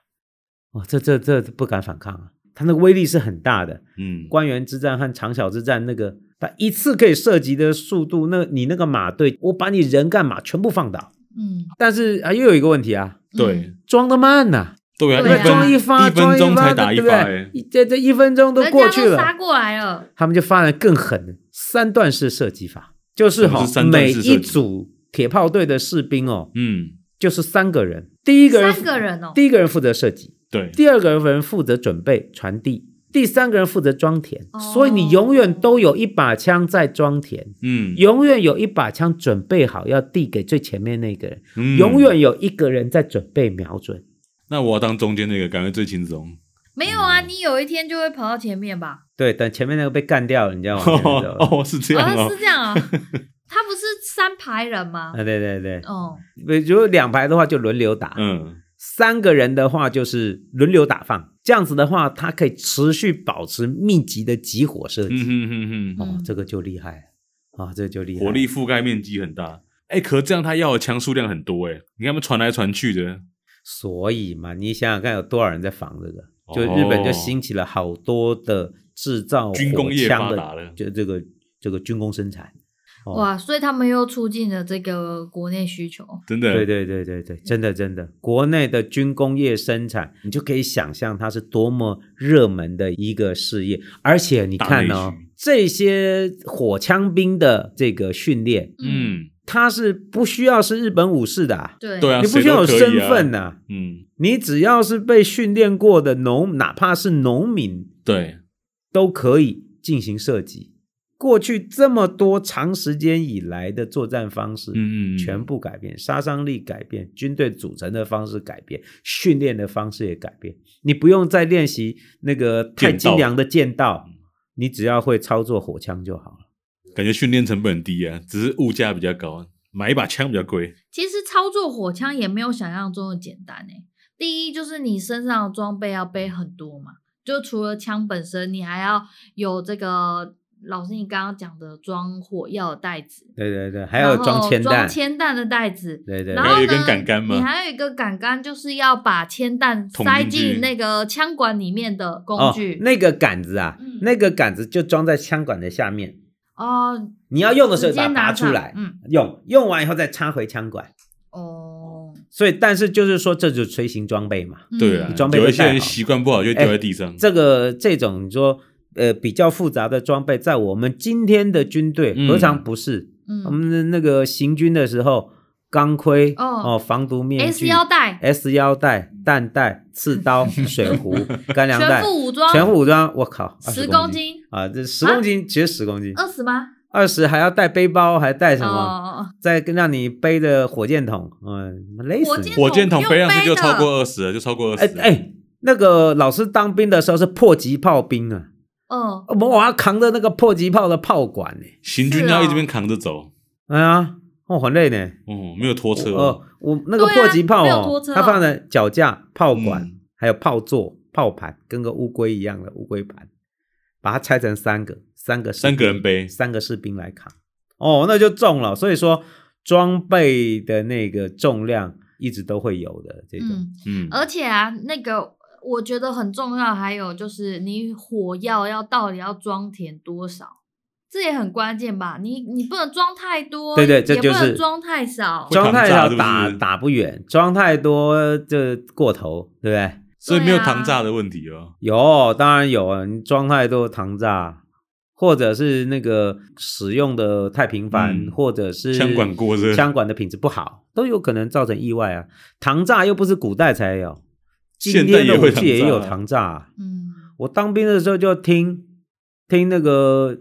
[SPEAKER 3] 哇，这这这不敢反抗啊，他那个威力是很大的。
[SPEAKER 1] 嗯，
[SPEAKER 3] 官员之战和长筱之战那个，它一次可以涉及的速度，那你那个马队，我把你人干马全部放倒。
[SPEAKER 2] 嗯，
[SPEAKER 3] 但是啊，又有一个问题啊，
[SPEAKER 1] 对，
[SPEAKER 3] 装的慢呐、
[SPEAKER 1] 对啊，
[SPEAKER 2] 对啊
[SPEAKER 1] 一
[SPEAKER 3] 装
[SPEAKER 1] 分
[SPEAKER 3] 一发，
[SPEAKER 1] 一分钟
[SPEAKER 3] 装
[SPEAKER 1] 才
[SPEAKER 3] 发
[SPEAKER 1] 打一
[SPEAKER 3] 对不
[SPEAKER 1] 发、
[SPEAKER 3] 对
[SPEAKER 1] 欸？，
[SPEAKER 3] 一这这一分钟都
[SPEAKER 2] 人
[SPEAKER 3] 过
[SPEAKER 2] 家
[SPEAKER 3] 去
[SPEAKER 2] 都杀
[SPEAKER 3] 了，
[SPEAKER 2] 过来了，
[SPEAKER 3] 他们就发展更狠的三段式射击法，就是哈、
[SPEAKER 1] 什么是三段
[SPEAKER 3] 每
[SPEAKER 1] 式射击
[SPEAKER 3] 一组铁炮队的士兵哦，
[SPEAKER 1] 嗯，
[SPEAKER 3] 就是三个人，第一个人
[SPEAKER 2] 三个人哦，
[SPEAKER 3] 第一个人负责射击，
[SPEAKER 1] 对，
[SPEAKER 3] 第二个人负责准备传递，第三个人负责装填，
[SPEAKER 2] 哦
[SPEAKER 3] 所以你永远都有一把枪在装填，
[SPEAKER 1] 嗯，
[SPEAKER 3] 永远有一把枪准备好要递给最前面那个人，
[SPEAKER 1] 嗯
[SPEAKER 3] 永远有一个人在准备瞄准。
[SPEAKER 1] 那我要当中间那个，感觉最轻松。
[SPEAKER 2] 没有啊，你有一天就会跑到前面
[SPEAKER 3] *laughs*
[SPEAKER 2] 吧？
[SPEAKER 3] 对，等前面那个被干掉了，你就 *laughs* 要往前面走了。
[SPEAKER 1] *laughs* 哦，是这样
[SPEAKER 2] 啊，
[SPEAKER 1] 哦
[SPEAKER 2] 是。这样啊，他不是三排人吗？
[SPEAKER 3] *laughs* 啊，对对对，
[SPEAKER 2] 哦，
[SPEAKER 3] 如果两排的话就轮流打，
[SPEAKER 1] 嗯，
[SPEAKER 3] 三个人的话就是轮流打放，这样子的话，它可以持续保持密集的集火射
[SPEAKER 1] 嗯
[SPEAKER 3] 击。
[SPEAKER 1] 哼哼哼，
[SPEAKER 3] 哦
[SPEAKER 2] 嗯，
[SPEAKER 3] 这个就厉害啊、这个就厉害。
[SPEAKER 1] 火力覆盖面积很大。哎、可是这样他要的枪数量很多哎、你看他们传来传去的，
[SPEAKER 3] 所以嘛，你想想看，有多少人在防这个？就
[SPEAKER 1] 哦
[SPEAKER 3] 日本就兴起了好多的制造
[SPEAKER 1] 军工业
[SPEAKER 3] 火枪
[SPEAKER 1] 发达了
[SPEAKER 3] 的，就这个这个军工生产。哦，
[SPEAKER 2] 哇，所以他们又促进了这个国内需求。
[SPEAKER 1] 真的，
[SPEAKER 3] 对对对对对，真的真的，国内的军工业生产，你就可以想象它是多么热门的一个事业。而且你看
[SPEAKER 1] 大
[SPEAKER 3] 哦
[SPEAKER 1] 内需，
[SPEAKER 3] 这些火枪兵的这个训练，
[SPEAKER 1] 嗯，
[SPEAKER 3] 它是不需要是日本武士的、啊，
[SPEAKER 2] 对
[SPEAKER 1] 对啊
[SPEAKER 3] 你不需要有
[SPEAKER 1] 谁都可以
[SPEAKER 3] 身
[SPEAKER 1] 啊
[SPEAKER 3] 份呐、
[SPEAKER 1] 嗯，
[SPEAKER 3] 你只要是被训练过的农，哪怕是农民，
[SPEAKER 1] 对，
[SPEAKER 3] 都可以进行射击。过去这么多长时间以来的作战方式，
[SPEAKER 1] 嗯嗯嗯，
[SPEAKER 3] 全部改变，杀伤力改变，军队组成的方式改变，训练的方式也改变。你不用再练习那个太精良的剑道
[SPEAKER 1] 剑道，
[SPEAKER 3] 你只要会操作火枪就好了。
[SPEAKER 1] 感觉训练成本很低啊，只是物价比较高，买一把枪比较贵。
[SPEAKER 2] 其实操作火枪也没有想象中的简单诶、第一就是你身上的装备要背很多嘛，就除了枪本身，你还要有这个老师你刚刚讲的装火药的袋子，
[SPEAKER 3] 对对对，还
[SPEAKER 2] 还
[SPEAKER 3] 有装铅弹，
[SPEAKER 2] 铅弹的袋子。
[SPEAKER 3] 对对
[SPEAKER 2] 然
[SPEAKER 1] 还
[SPEAKER 2] 后
[SPEAKER 1] 有
[SPEAKER 2] 呢，
[SPEAKER 1] 一根杆杆吗
[SPEAKER 2] 你还有一个杆杆，就是要把铅弹
[SPEAKER 1] 捅
[SPEAKER 2] 塞
[SPEAKER 1] 进去
[SPEAKER 2] 进那个枪管里面的工
[SPEAKER 3] 哦
[SPEAKER 2] 具。，
[SPEAKER 3] 那个杆子啊
[SPEAKER 2] 嗯，
[SPEAKER 3] 那个杆子就装在枪管的下面。
[SPEAKER 2] 哦
[SPEAKER 3] 你要用的时候把它
[SPEAKER 2] 直接拿
[SPEAKER 3] 拔出
[SPEAKER 2] 上
[SPEAKER 3] 来，
[SPEAKER 2] 嗯，
[SPEAKER 3] 用用完以后再插回枪管。
[SPEAKER 2] 哦，
[SPEAKER 3] 所以，但是就是说，这就是随行装备嘛。
[SPEAKER 2] 嗯
[SPEAKER 1] 对啊，
[SPEAKER 3] 装备
[SPEAKER 1] 有
[SPEAKER 3] 都
[SPEAKER 1] 一些
[SPEAKER 3] 带
[SPEAKER 1] 人
[SPEAKER 3] 好
[SPEAKER 1] 习惯不好就丢在地上。
[SPEAKER 3] 这个这种你说呃比较复杂的装备，在我们今天的军队
[SPEAKER 1] 嗯
[SPEAKER 3] 何尝不是？我
[SPEAKER 2] 嗯
[SPEAKER 3] 们的那个行军的时候，钢盔
[SPEAKER 2] 哦
[SPEAKER 3] 哦防毒面
[SPEAKER 2] ，S
[SPEAKER 3] 具、
[SPEAKER 2] 腰带、
[SPEAKER 3] S 腰带、弹带、刺刀、水壶、干粮
[SPEAKER 2] 全
[SPEAKER 3] 袋，
[SPEAKER 2] 副武装，
[SPEAKER 3] 全副武装。我靠，
[SPEAKER 2] 十
[SPEAKER 3] 20
[SPEAKER 2] 公
[SPEAKER 3] 斤
[SPEAKER 2] 斤，
[SPEAKER 3] 啊！这十公斤，其实十公斤，
[SPEAKER 2] 二十吗？
[SPEAKER 3] 二十还要带背包，还带什么？
[SPEAKER 2] 哦，
[SPEAKER 3] 再跟让你背着火箭筒，嗯，累死
[SPEAKER 2] 火
[SPEAKER 3] 你
[SPEAKER 2] 箭。
[SPEAKER 1] 火箭筒
[SPEAKER 2] 背
[SPEAKER 1] 飞上去就
[SPEAKER 2] 的
[SPEAKER 1] 超过二十啊了，就超过二
[SPEAKER 3] 哎
[SPEAKER 1] 十。
[SPEAKER 3] 哎，那个老师当兵的时候是迫击炮兵啊。
[SPEAKER 2] 嗯，
[SPEAKER 3] 我们我要扛着那个迫击炮的炮管呢、
[SPEAKER 1] 行军
[SPEAKER 3] 啊
[SPEAKER 1] 要一直边扛着走，
[SPEAKER 3] 哎呀，哦，很累呢。
[SPEAKER 1] 哦，没有拖车
[SPEAKER 3] 哦，我那个
[SPEAKER 2] 对啊
[SPEAKER 3] 迫击炮
[SPEAKER 2] 没有拖
[SPEAKER 3] 哦，
[SPEAKER 2] 车哦
[SPEAKER 3] 它放在脚架、炮管，
[SPEAKER 1] 嗯
[SPEAKER 3] 还有炮座、炮盘，跟个乌龟一样的乌龟盘，把它拆成三个，三个士兵
[SPEAKER 1] 三个人背
[SPEAKER 3] 三个士兵来扛。哦，那就重了。所以说装备的那个重量一直都会有的这种。
[SPEAKER 2] 嗯，
[SPEAKER 1] 嗯，
[SPEAKER 2] 而且啊，那个我觉得很重要，还有就是你火药要到底要装填多少，这也很关键吧？你你不能装太多，
[SPEAKER 3] 对对这就
[SPEAKER 2] 哦也不
[SPEAKER 3] 是
[SPEAKER 2] 能装太少。
[SPEAKER 1] 会
[SPEAKER 3] 装
[SPEAKER 1] 扛
[SPEAKER 3] 太
[SPEAKER 1] 炸
[SPEAKER 3] 少
[SPEAKER 1] 是不
[SPEAKER 3] 打
[SPEAKER 1] 是
[SPEAKER 3] 打不远，装太多就过头，对不对？
[SPEAKER 1] 所以没有
[SPEAKER 2] 对啊
[SPEAKER 1] 扛炸的问题哦。
[SPEAKER 3] 有，当然有啊！你装太多糖炸，或者是那个使用的太频繁，
[SPEAKER 1] 嗯
[SPEAKER 3] 或者是
[SPEAKER 1] 枪管过热
[SPEAKER 3] 枪管的品质不好，都有可能造成意外啊。糖炸又不是古代才有，今
[SPEAKER 1] 现在
[SPEAKER 3] 天
[SPEAKER 1] 也
[SPEAKER 3] 的
[SPEAKER 1] 会
[SPEAKER 3] 武器也有
[SPEAKER 1] 糖
[SPEAKER 3] 糖炸啊、
[SPEAKER 2] 嗯，
[SPEAKER 3] 我当兵的时候就听听那个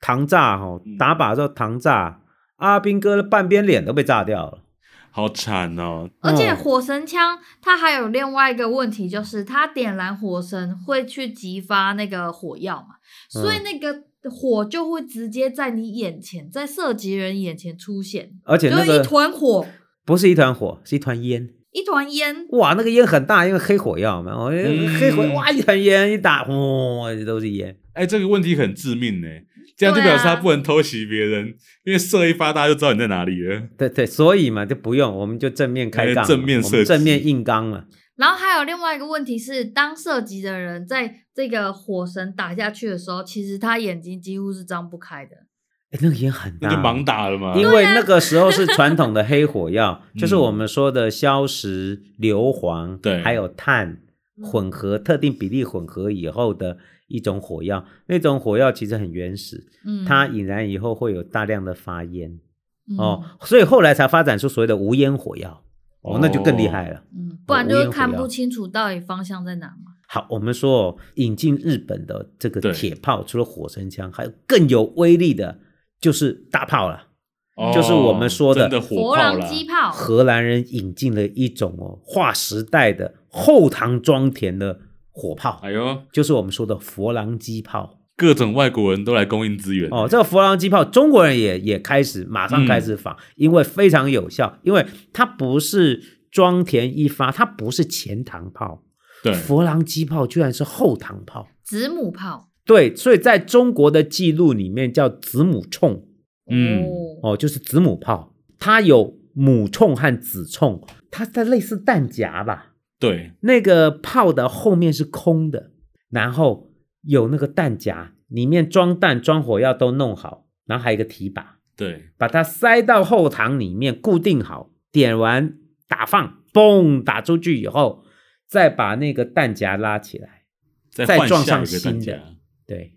[SPEAKER 3] 糖炸哦
[SPEAKER 1] 嗯，
[SPEAKER 3] 打靶的时候糖炸，阿兵哥的半边脸都被炸掉了。
[SPEAKER 1] 好惨哦。
[SPEAKER 2] 而且
[SPEAKER 3] 哦
[SPEAKER 2] 火神枪它还有另外一个问题，就是它点燃火神会去激发那个火药嘛，所以
[SPEAKER 3] 嗯
[SPEAKER 2] 那个火就会直接在你眼前，在射击人眼前出现，
[SPEAKER 3] 而且
[SPEAKER 2] 就
[SPEAKER 3] 那
[SPEAKER 2] 是一
[SPEAKER 3] 个
[SPEAKER 2] 团火，
[SPEAKER 3] 不是一团火，是一团烟。
[SPEAKER 2] 一团烟。
[SPEAKER 3] 哇，那个烟很大，因为黑火药嘛，我、
[SPEAKER 1] 嗯
[SPEAKER 3] *laughs* 黑火哇一团烟一打，轰、都是烟。
[SPEAKER 1] 哎，这个问题很致命呢，这样就表示
[SPEAKER 2] 啊
[SPEAKER 1] 他不能偷袭别人，因为射一发大家就知道你在哪里了。
[SPEAKER 3] 对对，所以嘛就不用，我们就正面开杠嘛，
[SPEAKER 1] 哎正面射击
[SPEAKER 3] 我们正面硬刚嘛。
[SPEAKER 2] 然后还有另外一个问题是，当射击的人在这个火神打下去的时候，其实他眼睛几乎是张不开的。
[SPEAKER 3] 哎，那个烟很
[SPEAKER 1] 那
[SPEAKER 3] 大，
[SPEAKER 1] 就盲打了嘛。
[SPEAKER 3] 因为那个时候是传统的黑火药，
[SPEAKER 1] 啊 *laughs* 嗯
[SPEAKER 3] 就是我们说的硝石、硫磺，
[SPEAKER 1] 对
[SPEAKER 3] 还有碳
[SPEAKER 2] 嗯
[SPEAKER 3] 混合特定比例混合以后的一种火药。那种火药其实很原始，
[SPEAKER 2] 嗯，
[SPEAKER 3] 它引燃以后会有大量的发烟、
[SPEAKER 2] 嗯
[SPEAKER 3] 哦，，所以后来才发展出所谓的无烟火药。哦，那就更厉害了。
[SPEAKER 2] 嗯，不然
[SPEAKER 3] 无
[SPEAKER 2] 就
[SPEAKER 3] 烟
[SPEAKER 2] 是
[SPEAKER 3] 火
[SPEAKER 2] 看
[SPEAKER 3] 药
[SPEAKER 2] 不清楚到底方向在哪嘛。
[SPEAKER 3] 好，我们说哦引进日本的这个
[SPEAKER 1] 对
[SPEAKER 3] 铁炮，除了火神枪，还有更有威力的，就是大炮了。
[SPEAKER 1] 哦
[SPEAKER 3] 就是我们说的
[SPEAKER 1] 真的火
[SPEAKER 2] 佛
[SPEAKER 1] 炮
[SPEAKER 2] 狼
[SPEAKER 1] 啦，
[SPEAKER 2] 机炮，
[SPEAKER 3] 荷兰人引进了一种哦划时代的后膛装填的火炮，
[SPEAKER 1] 哎呦，
[SPEAKER 3] 就是我们说的佛郎机炮。
[SPEAKER 1] 各种外国人都来供应资源
[SPEAKER 3] 哦，这个佛郎机炮，中国人也也开始马上开始仿，因为非常有效，因为它不是装填一发，它不是前膛炮，
[SPEAKER 1] 对，
[SPEAKER 3] 佛朗机炮居然是后膛炮。
[SPEAKER 2] 子母炮，
[SPEAKER 3] 对，所以在中国的记录里面叫子母冲
[SPEAKER 1] 嗯
[SPEAKER 2] 哦，
[SPEAKER 3] 哦，就是子母炮，它有母冲和子冲，它它类似弹夹吧？
[SPEAKER 1] 对，
[SPEAKER 3] 那个炮的后面是空的，然后有那个弹夹，里面装弹、装火药都弄好，然后还有一个提把，
[SPEAKER 1] 对，
[SPEAKER 3] 把它塞到后膛里面固定好，点完打放，嘣打出去以后，再把那个弹夹拉起来，
[SPEAKER 1] 再
[SPEAKER 3] 再
[SPEAKER 1] 换
[SPEAKER 3] 撞
[SPEAKER 1] 下
[SPEAKER 3] 上
[SPEAKER 1] 一个弹
[SPEAKER 3] 新的
[SPEAKER 1] 夹，
[SPEAKER 3] 对，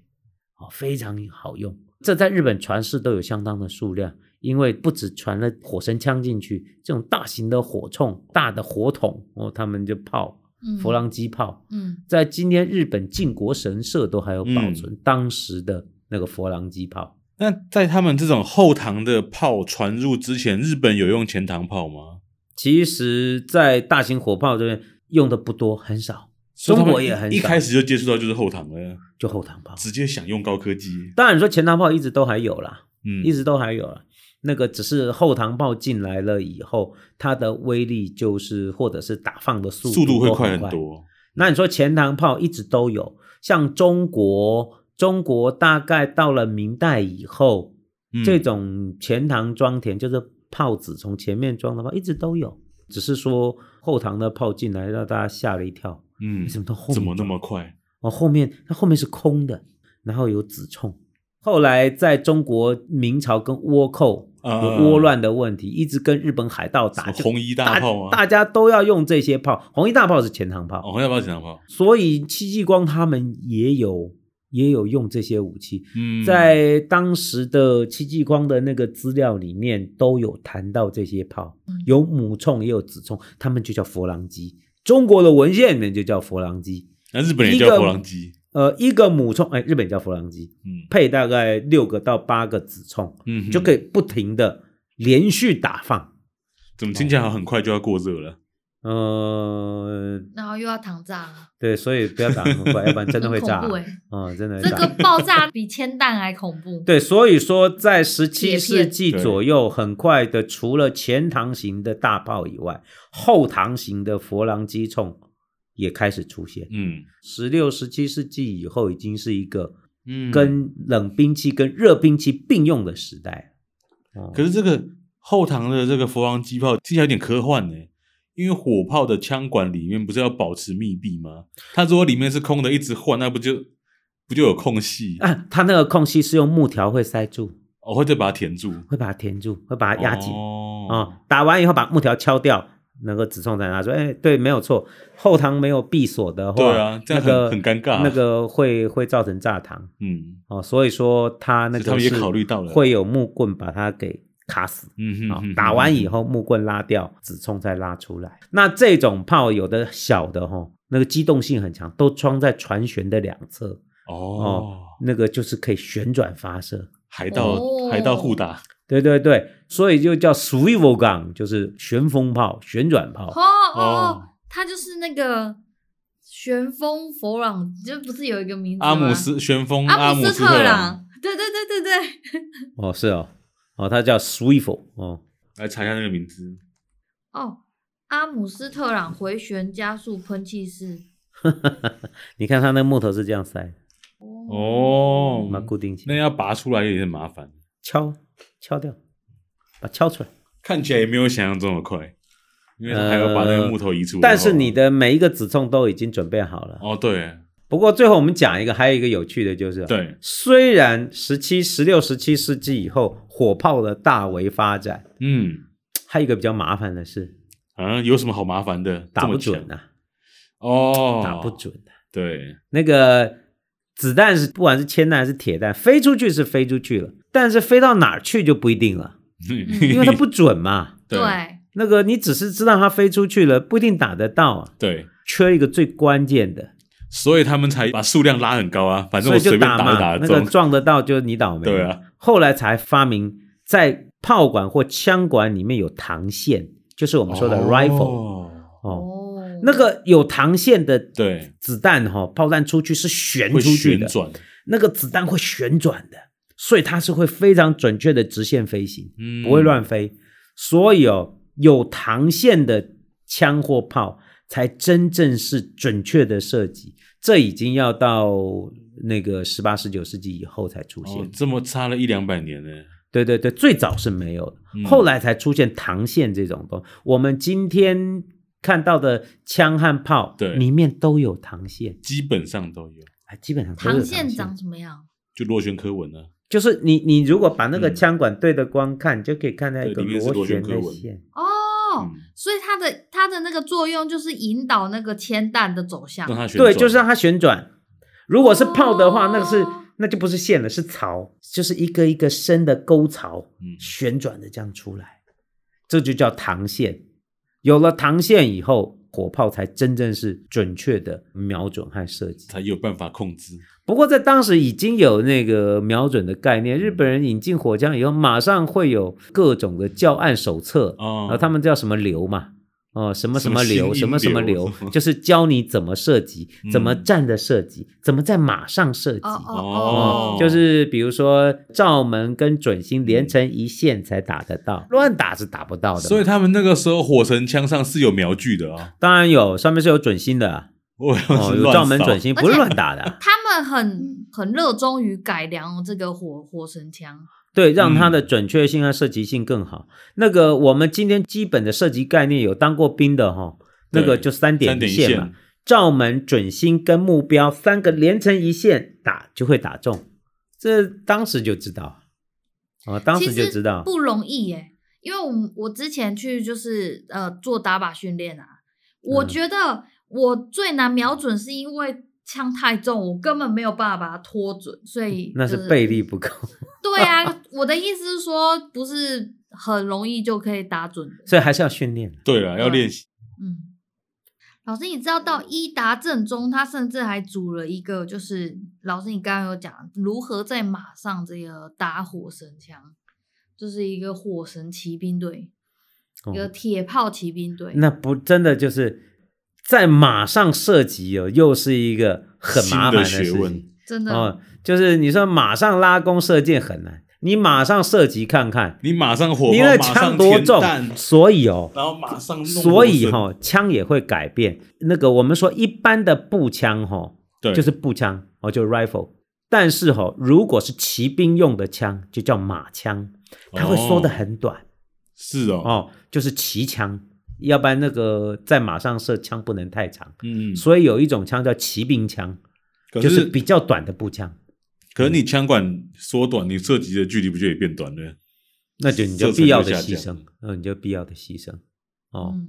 [SPEAKER 3] 哦，非常好用。这在日本传世都有相当的数量，因为不止传了火神枪进去，这种大型的火铳、大的火筒哦，他们就炮
[SPEAKER 2] 嗯
[SPEAKER 3] 佛朗机炮，
[SPEAKER 2] 嗯
[SPEAKER 3] 在今天日本靖国神社都还有
[SPEAKER 1] 嗯
[SPEAKER 3] 保存当时的那个佛朗机炮。
[SPEAKER 1] 那在他们这种后膛的炮传入之前，日本有用前膛炮吗？
[SPEAKER 3] 其实，在大型火炮这边用的不多，很少，
[SPEAKER 1] 所以他们
[SPEAKER 3] 中国也很
[SPEAKER 1] 一一
[SPEAKER 3] 少
[SPEAKER 1] 开始就接触到就是后膛了，
[SPEAKER 3] 就后膛炮。
[SPEAKER 1] 直接享用高科技。
[SPEAKER 3] 当然，你说前膛炮一直都还有啦，
[SPEAKER 1] 嗯，
[SPEAKER 3] 一直都还有了。那个只是后膛炮进来了以后，它的威力就是或者是打放的速
[SPEAKER 1] 速度会
[SPEAKER 3] 都
[SPEAKER 1] 快
[SPEAKER 3] 很
[SPEAKER 1] 很。多。
[SPEAKER 3] 那你说前膛炮一直都有，像中国，中国大概到了明代以后，
[SPEAKER 1] 嗯
[SPEAKER 3] 这种前膛装填就是炮子从前面装的炮一直都有，只是说后膛的炮进来让大家吓了一跳，
[SPEAKER 1] 嗯
[SPEAKER 3] 为什么到后面
[SPEAKER 1] 怎么那
[SPEAKER 3] 装
[SPEAKER 1] 么快？
[SPEAKER 3] 哦，后面它后面是空的，然后有子冲。后来在中国明朝跟倭寇有
[SPEAKER 1] 啊
[SPEAKER 3] 倭乱的问题，一直跟日本海盗
[SPEAKER 1] 什
[SPEAKER 3] 打
[SPEAKER 1] 么
[SPEAKER 3] 就
[SPEAKER 1] 红衣大
[SPEAKER 3] 大
[SPEAKER 1] 炮吗？
[SPEAKER 3] 大家都要用这些炮，红衣大炮是前膛炮，
[SPEAKER 1] 哦，红衣大炮、前膛炮。
[SPEAKER 3] 所以戚继光他们也有也有用这些武器，
[SPEAKER 1] 嗯，
[SPEAKER 3] 在当时的戚继光的那个资料里面都有谈到这些炮
[SPEAKER 2] 嗯，
[SPEAKER 3] 有母冲也有子冲，他们就叫佛郎机，中国的文献里面就叫佛郎机。
[SPEAKER 1] 那日本也
[SPEAKER 3] 一
[SPEAKER 1] 叫
[SPEAKER 3] 个
[SPEAKER 1] 波浪机。
[SPEAKER 3] 呃，一个母冲，哎，日本叫佛郎机，
[SPEAKER 1] 嗯
[SPEAKER 3] 配大概六个到八个子冲，
[SPEAKER 1] 嗯哼，
[SPEAKER 3] 就可以不停的连续打放。
[SPEAKER 1] 怎么听起来好像很快就要过热了？
[SPEAKER 3] 呃，
[SPEAKER 2] 然后又要躺炸，
[SPEAKER 3] 对，所以不要打那么
[SPEAKER 1] *laughs*
[SPEAKER 3] 快，要不然真的会
[SPEAKER 2] 很
[SPEAKER 3] 炸
[SPEAKER 2] 恐怖哎，
[SPEAKER 3] 啊、真的会
[SPEAKER 2] 这
[SPEAKER 3] 炸。
[SPEAKER 2] 个爆炸比铅弹还恐怖。
[SPEAKER 3] 对，所以说在十
[SPEAKER 2] 铁
[SPEAKER 3] 七
[SPEAKER 2] 片
[SPEAKER 3] 世纪
[SPEAKER 1] 对
[SPEAKER 3] 左右，很快的，除了前膛型的大炮以外，后膛型的佛郎机冲也开始出现。
[SPEAKER 1] 嗯
[SPEAKER 3] 十六、十七世纪以后，已经是一个
[SPEAKER 1] 嗯
[SPEAKER 3] 跟冷兵器跟热兵器并用的时代了。哦
[SPEAKER 1] 可是这个后膛的这个佛王机炮听起来有点科幻呢、因为火炮的枪管里面不是要保持密闭吗？它如果里面是空的，一直换，那不就不就有空隙？
[SPEAKER 3] 啊，它那个空隙是用木条会塞住，
[SPEAKER 1] 我会再把它填住，
[SPEAKER 3] 会把它填住，会把它压紧。
[SPEAKER 1] 哦
[SPEAKER 3] 啊、打完以后把木条敲掉，那个子冲才拿出。哎，对，没有错，后膛没有闭锁的话，
[SPEAKER 1] 对啊这样很
[SPEAKER 3] 那个
[SPEAKER 1] 很尴尬
[SPEAKER 3] 那个会会造成炸膛
[SPEAKER 1] 嗯，
[SPEAKER 3] 哦。所以说他
[SPEAKER 1] 所
[SPEAKER 3] 那个
[SPEAKER 1] 以他们也
[SPEAKER 3] 是
[SPEAKER 1] 考虑到了，
[SPEAKER 3] 会有木棍把它给卡死。
[SPEAKER 1] 嗯哼
[SPEAKER 3] 啊、
[SPEAKER 1] 哼哼
[SPEAKER 3] 打完以后木棍拉掉，子冲再拉出来。那这种炮有的小的哈、哦，那个机动性很强，都装在船舷的两侧，
[SPEAKER 1] 哦，
[SPEAKER 3] 那个就是可以旋转发射。
[SPEAKER 1] 海盗
[SPEAKER 2] 哦
[SPEAKER 1] 海盗互打，
[SPEAKER 3] 对对对，所以就叫 swivel gun，就是旋风炮、旋转炮。
[SPEAKER 2] 哦哦
[SPEAKER 1] 哦，
[SPEAKER 2] 它就是那个旋风佛朗，就不是有一个名字
[SPEAKER 1] 阿姆
[SPEAKER 2] 吗
[SPEAKER 1] 斯旋风
[SPEAKER 2] 阿
[SPEAKER 1] 姆
[SPEAKER 2] 姆
[SPEAKER 1] 斯
[SPEAKER 2] 斯特
[SPEAKER 1] 朗，
[SPEAKER 2] 朗，对对对对对，
[SPEAKER 3] 哦，是哦，哦，它叫 swivel 哦， *laughs*
[SPEAKER 1] 来查一下那个名字，
[SPEAKER 2] 哦，阿姆斯特朗回旋加速喷气式。
[SPEAKER 3] 你看它那木头是这样塞，
[SPEAKER 1] 哦
[SPEAKER 3] 把它固定起
[SPEAKER 1] 那
[SPEAKER 3] 来，
[SPEAKER 1] 要拔出来有点麻烦，
[SPEAKER 3] 敲敲掉，把它敲出来。
[SPEAKER 1] 看起来也没有想象中的快，因为还要把那个木头移出来。
[SPEAKER 3] 呃但是你的每一个子冲都已经准备好了。
[SPEAKER 1] 啊哦，对
[SPEAKER 3] 不过最后我们讲一个，还有一个有趣的就是，，啊
[SPEAKER 1] 对，
[SPEAKER 3] 虽然十七、十六、十七世纪以后火炮的大为发展，
[SPEAKER 1] 嗯
[SPEAKER 3] 还有一个比较麻烦的是
[SPEAKER 1] 啊，有什么好麻烦的？
[SPEAKER 3] 打不
[SPEAKER 1] 这么
[SPEAKER 3] 准
[SPEAKER 1] 强
[SPEAKER 3] 啊，
[SPEAKER 1] 哦，
[SPEAKER 3] 打不，准啊。
[SPEAKER 1] 对，
[SPEAKER 3] 那个子弹是不管是铅弹还是铁弹，飞出去是飞出去了，但是飞到哪儿去就不一定了，
[SPEAKER 1] *laughs*
[SPEAKER 3] *laughs* 因为它不准嘛。
[SPEAKER 1] 对
[SPEAKER 2] 对，
[SPEAKER 3] 那个你只是知道它飞出去了，不一定打得到啊。
[SPEAKER 1] 对，
[SPEAKER 3] 缺一个最关键的，
[SPEAKER 1] 所以他们才把数量拉很高啊，反正
[SPEAKER 3] 所
[SPEAKER 1] 我
[SPEAKER 3] 以就
[SPEAKER 1] 随便
[SPEAKER 3] 嘛，
[SPEAKER 1] 都打得
[SPEAKER 3] 那个
[SPEAKER 1] 中，
[SPEAKER 3] 撞得到就是你倒霉。
[SPEAKER 1] 对啊，
[SPEAKER 3] 后来才发明在炮管或枪管里面有膛线，就是我们说的 rifle
[SPEAKER 1] 哦
[SPEAKER 3] 哦。
[SPEAKER 2] 哦，
[SPEAKER 3] 那个有膛线的
[SPEAKER 1] 对，
[SPEAKER 3] 子弹哈、哦，炮弹出去是旋出
[SPEAKER 1] 会
[SPEAKER 3] 去
[SPEAKER 1] 旋
[SPEAKER 3] 的，
[SPEAKER 1] 转，
[SPEAKER 3] 那个子弹会旋转的，所以它是会非常准确的直线飞行，
[SPEAKER 1] 嗯
[SPEAKER 3] 不会乱飞。所以哦，有膛线的枪或炮，才真正是准确的射击。这已经要到那个十八、十九世纪以后才出现。
[SPEAKER 1] 哦，这么差了一两百年呢、
[SPEAKER 3] 对对对，最早是没有的，
[SPEAKER 1] 嗯
[SPEAKER 3] 后来才出现膛线这种东西。我们今天看到的枪和炮，
[SPEAKER 1] 对
[SPEAKER 3] 里面都有膛线，
[SPEAKER 1] 基本上都有，
[SPEAKER 3] 哎，基本上都有
[SPEAKER 2] 膛
[SPEAKER 3] 线
[SPEAKER 2] 线长什么样？
[SPEAKER 1] 就螺旋科纹啊，
[SPEAKER 3] 就是你你如果把那个
[SPEAKER 1] 嗯
[SPEAKER 3] 枪管对着光看，就可以看到一
[SPEAKER 1] 对
[SPEAKER 3] 个
[SPEAKER 1] 里面是
[SPEAKER 3] 螺
[SPEAKER 1] 螺旋
[SPEAKER 3] 旋
[SPEAKER 1] 刻
[SPEAKER 3] 的
[SPEAKER 1] 纹
[SPEAKER 3] 线。
[SPEAKER 2] 哦，
[SPEAKER 1] 嗯，
[SPEAKER 2] 所以它的它的那个作用就是引导那个铅弹的走向
[SPEAKER 1] 让。它旋转，
[SPEAKER 3] 对，就是让它旋转。如果是炮的话，
[SPEAKER 2] 哦
[SPEAKER 3] 那个是那就不是线了，是槽，就是一个一个深的沟槽，
[SPEAKER 1] 嗯
[SPEAKER 3] 旋转的这样出来，这就叫膛线。有了膛线以后，火炮才真正是准确的瞄准和射击。
[SPEAKER 1] 才有办法控制。
[SPEAKER 3] 不过在当时已经有那个瞄准的概念，日本人引进火枪以后，马上会有各种的教案手册，
[SPEAKER 1] 哦
[SPEAKER 3] 然后呃他们叫什么流嘛，哦，什么
[SPEAKER 1] 什
[SPEAKER 3] 什
[SPEAKER 1] 么
[SPEAKER 3] 么流，
[SPEAKER 1] 新
[SPEAKER 3] 什
[SPEAKER 1] 英
[SPEAKER 3] 么什么
[SPEAKER 1] 流 *laughs*
[SPEAKER 3] 流，就是教你怎么射击，怎么
[SPEAKER 1] 嗯
[SPEAKER 3] 站着射击，怎么在马上射击。
[SPEAKER 2] 哦哦
[SPEAKER 1] 哦
[SPEAKER 2] 哦，
[SPEAKER 3] 就是比如说，照门跟准星连成一线才打得到，乱打是打不到的嘛。
[SPEAKER 1] 嗯所以他们那个时候火神枪上是有瞄具的啊， *laughs*
[SPEAKER 3] 当然有，上面是有准星的，
[SPEAKER 1] 我
[SPEAKER 3] 哦，
[SPEAKER 1] 是
[SPEAKER 3] 有
[SPEAKER 1] *laughs* 乱
[SPEAKER 3] 照门
[SPEAKER 1] 扫
[SPEAKER 3] 准星，
[SPEAKER 2] 而
[SPEAKER 3] 不是
[SPEAKER 2] 且
[SPEAKER 3] 乱打的。啊
[SPEAKER 2] 他们很很热衷于改良这个火火神枪。
[SPEAKER 3] 对，让它的
[SPEAKER 1] 嗯
[SPEAKER 3] 准确性和射击性更好。那个我们今天基本的射击概念有当过兵的哈、那个
[SPEAKER 1] 对
[SPEAKER 3] 就三点
[SPEAKER 1] 三点一
[SPEAKER 3] 线嘛
[SPEAKER 1] 线，，
[SPEAKER 3] 照门、准心跟目标三个连成一线打就会打中，这当时就知道啊，当时
[SPEAKER 2] 其
[SPEAKER 3] 就
[SPEAKER 2] 实
[SPEAKER 3] 知道。
[SPEAKER 2] 不容易耶，因为我我之前去就是呃做打靶训练啊，我
[SPEAKER 3] 嗯
[SPEAKER 2] 觉得我最难瞄准是因为枪太重，我根本没有办法把它拖准，所以、
[SPEAKER 3] 嗯那
[SPEAKER 2] 就是
[SPEAKER 3] 倍力不够，
[SPEAKER 2] 对啊，我的意思是说，不是很容易就可以打准的。
[SPEAKER 3] 所以还是要训练。啊
[SPEAKER 1] 对啊了，要
[SPEAKER 2] 对
[SPEAKER 1] 练习。
[SPEAKER 2] 嗯，老师，你知道到伊达正宗，他甚至还组了一个，就是老师你刚刚有讲如何在马上这个打火神枪，就是一个火神骑兵队，
[SPEAKER 3] 哦
[SPEAKER 2] 一个铁炮骑兵队。
[SPEAKER 3] 那不真的就是在马上射击哦，又是一个很麻烦
[SPEAKER 1] 新
[SPEAKER 3] 事
[SPEAKER 1] 的学问
[SPEAKER 3] 情。
[SPEAKER 2] 真的，
[SPEAKER 3] 哦，就是你说马上拉弓射箭很难，你马上射击看看，
[SPEAKER 1] 你马上火
[SPEAKER 3] 你
[SPEAKER 1] 炮，马
[SPEAKER 3] 那枪
[SPEAKER 1] 上
[SPEAKER 3] 多
[SPEAKER 1] 填
[SPEAKER 3] 重
[SPEAKER 1] 弹，
[SPEAKER 3] 所以哦，
[SPEAKER 1] 然后马上弄
[SPEAKER 3] 所以
[SPEAKER 1] 火
[SPEAKER 3] 哈、
[SPEAKER 1] 神，
[SPEAKER 3] 哦，枪也会改变。那个我们说一般的步枪哈、哦，
[SPEAKER 1] 对，
[SPEAKER 3] 就是步枪哦，就是 rifle。但是哈、哦，如果是骑兵用的枪，就叫马枪，它会缩得
[SPEAKER 1] 哦
[SPEAKER 3] 很短
[SPEAKER 1] 是
[SPEAKER 3] 哦
[SPEAKER 1] 哦，
[SPEAKER 3] 就是骑枪。要不然那个在马上射枪不能太长，
[SPEAKER 1] 嗯，
[SPEAKER 3] 所以有一种枪叫骑兵枪，
[SPEAKER 1] 可
[SPEAKER 3] 就是
[SPEAKER 1] 是
[SPEAKER 3] 比较短的步枪。
[SPEAKER 1] 可是你枪管缩短，你射击的距离不就也变短了？
[SPEAKER 3] 那就你就
[SPEAKER 1] 射程
[SPEAKER 3] 必要
[SPEAKER 1] 就
[SPEAKER 3] 的
[SPEAKER 1] 下
[SPEAKER 3] 牺
[SPEAKER 1] 降
[SPEAKER 3] 牲，嗯，你就必要的牺牲，哦，
[SPEAKER 2] 嗯，